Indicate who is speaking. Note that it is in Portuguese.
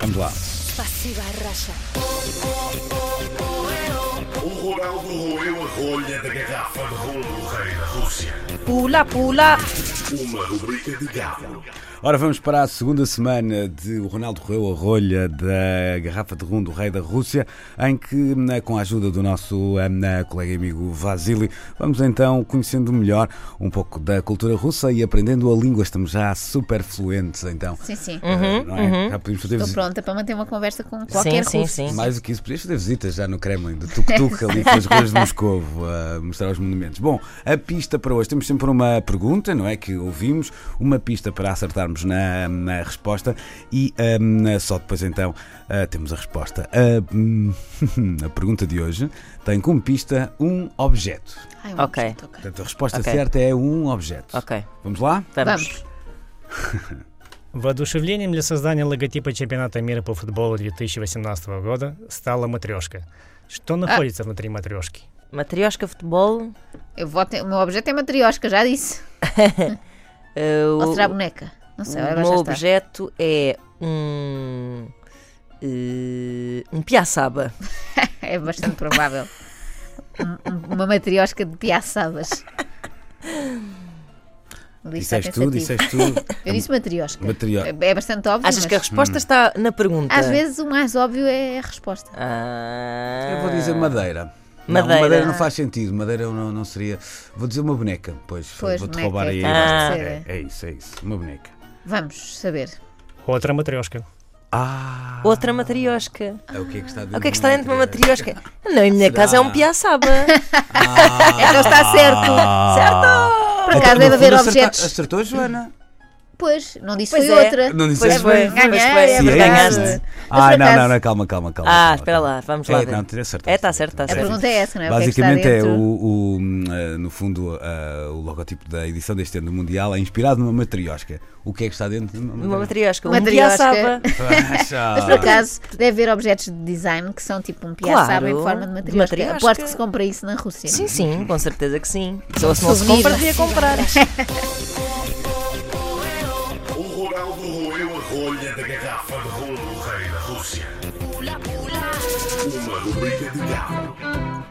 Speaker 1: Vamos lá.
Speaker 2: Passiva racha.
Speaker 3: O Ronaldo roeu a rolha da garrafa de rum do rei da Rússia.
Speaker 2: Pula, pula.
Speaker 3: Uma rubrica de gado.
Speaker 1: Ora, vamos para a segunda semana de o Ronaldo roeu a rolha da garrafa de rum do rei da Rússia, em que, né, com a ajuda do nosso eh, né, colega e amigo Vasily, vamos então conhecendo melhor um pouco da cultura russa e aprendendo a língua. Estamos já super fluentes, então.
Speaker 4: Sim, uhum. sim.
Speaker 1: Eh, não é? Já podemos fazer
Speaker 4: Estou
Speaker 1: visi-
Speaker 4: pronta para manter uma conversa com qualquer
Speaker 5: sim,
Speaker 4: russo.
Speaker 5: sim, sim.
Speaker 1: Mais do que isso, podias fazer visitas já no Kremlin, do tuk-tuk ali pelas ruas de Moscou, a mostrar os monumentos. Bom, a pista para hoje, temos sempre uma pergunta, não é? Que ouvimos, uma pista para acertarmos na, na resposta e hum, só depois então ah, temos a resposta. Ah, hum, a pergunta de hoje tem como pista um objeto.
Speaker 4: Ai, um
Speaker 5: Ok.
Speaker 4: objeto, ok.
Speaker 1: Portanto, a resposta
Speaker 5: Ok.
Speaker 1: certa é um objeto.
Speaker 5: Ok,
Speaker 1: Vamos lá?
Speaker 5: vamos.
Speaker 4: Vamos.
Speaker 6: Воодушевлением для создания логотипа чемпионата мира по футболу 2018 года стала матрешка. Что находится внутри матрешки?
Speaker 5: Matriosca futebol.
Speaker 4: Eu voto, o meu objeto é matriosca, já disse.
Speaker 5: eh,
Speaker 4: Ou
Speaker 5: o
Speaker 4: será boneca? Não sei,
Speaker 5: o
Speaker 4: agora
Speaker 5: meu
Speaker 4: já está.
Speaker 5: objeto é um. eh, um piaçaba.
Speaker 4: É bastante provável. Um- um- uma matriosca de piaçabas. Ali está
Speaker 1: disseste tu,
Speaker 4: pensativo.
Speaker 1: disseste tu.
Speaker 4: é Eu disse matriosca.
Speaker 1: Materio-
Speaker 4: É é bastante óbvio.
Speaker 5: Achas
Speaker 4: mas
Speaker 5: que a resposta é- está na pergunta?
Speaker 4: Às vezes o mais óbvio é a resposta.
Speaker 5: Ah,
Speaker 1: Eu vou dizer madeira. Não,
Speaker 5: Madeira.
Speaker 1: madeira não faz sentido, madeira não, não seria. Vou dizer uma boneca, pois,
Speaker 4: Pois,
Speaker 1: vou-te
Speaker 4: boneca,
Speaker 1: roubar aí.
Speaker 4: tem
Speaker 5: Ah.
Speaker 4: que ser,
Speaker 1: é, é isso, é isso, uma boneca.
Speaker 4: Vamos saber.
Speaker 6: Отра матрешка.
Speaker 1: Ah!
Speaker 5: Outra matriosca.
Speaker 1: É o que é que está dentro
Speaker 5: O que é que está dentro de uma matriosca? Não, em minha
Speaker 1: Será?
Speaker 5: casa é um piaçaba.
Speaker 1: Ah.
Speaker 4: Então está certo.
Speaker 1: Certo!
Speaker 4: Por acaso deve haver objetos.
Speaker 1: Então, Acertou, Joana?
Speaker 4: Pois, não disse
Speaker 5: Pois
Speaker 4: foi
Speaker 5: é.
Speaker 4: outra.
Speaker 1: Não
Speaker 5: Pois
Speaker 1: disseste?
Speaker 5: foi,
Speaker 4: Ganhei,
Speaker 5: pois
Speaker 4: é
Speaker 5: foi,
Speaker 1: Sim,
Speaker 4: verdade.
Speaker 5: ganhaste.
Speaker 1: Ah,
Speaker 4: por
Speaker 1: não,
Speaker 4: acaso-
Speaker 1: não, não, calma, calma, calma.
Speaker 5: Ah,
Speaker 1: calma,
Speaker 5: espera
Speaker 1: calma.
Speaker 5: lá, vamos lá
Speaker 1: É,
Speaker 5: ver.
Speaker 1: não, tira- acertaste,
Speaker 5: É, está
Speaker 1: acertaste,
Speaker 5: certo, está
Speaker 4: A
Speaker 5: certo.
Speaker 4: pergunta é essa, não é? O que é que está
Speaker 1: Basicamente é
Speaker 4: dentro?
Speaker 1: o, o, hum, eh, no fundo, eh, o logotipo da edição deste ano do Mundial é inspirado numa matriosca. O que é que está dentro de
Speaker 5: Uma matriosca. Um
Speaker 4: Matriosca.
Speaker 5: piaçaba.
Speaker 4: Mas por acaso deve haver objetos de design que são tipo um piaçaba em
Speaker 5: Claro,
Speaker 4: forma de
Speaker 5: de
Speaker 4: matriosca.
Speaker 5: matriosca.
Speaker 4: Aposto que se compra isso na Rússia. é?
Speaker 5: Sim, sim, com certeza que sim. Se não se
Speaker 4: Souvenir.
Speaker 5: compra, devia comprar.
Speaker 3: O Ronaldo roeu a rolha da garrafa de rum do rei da Rússia. Uma rubrica de gado.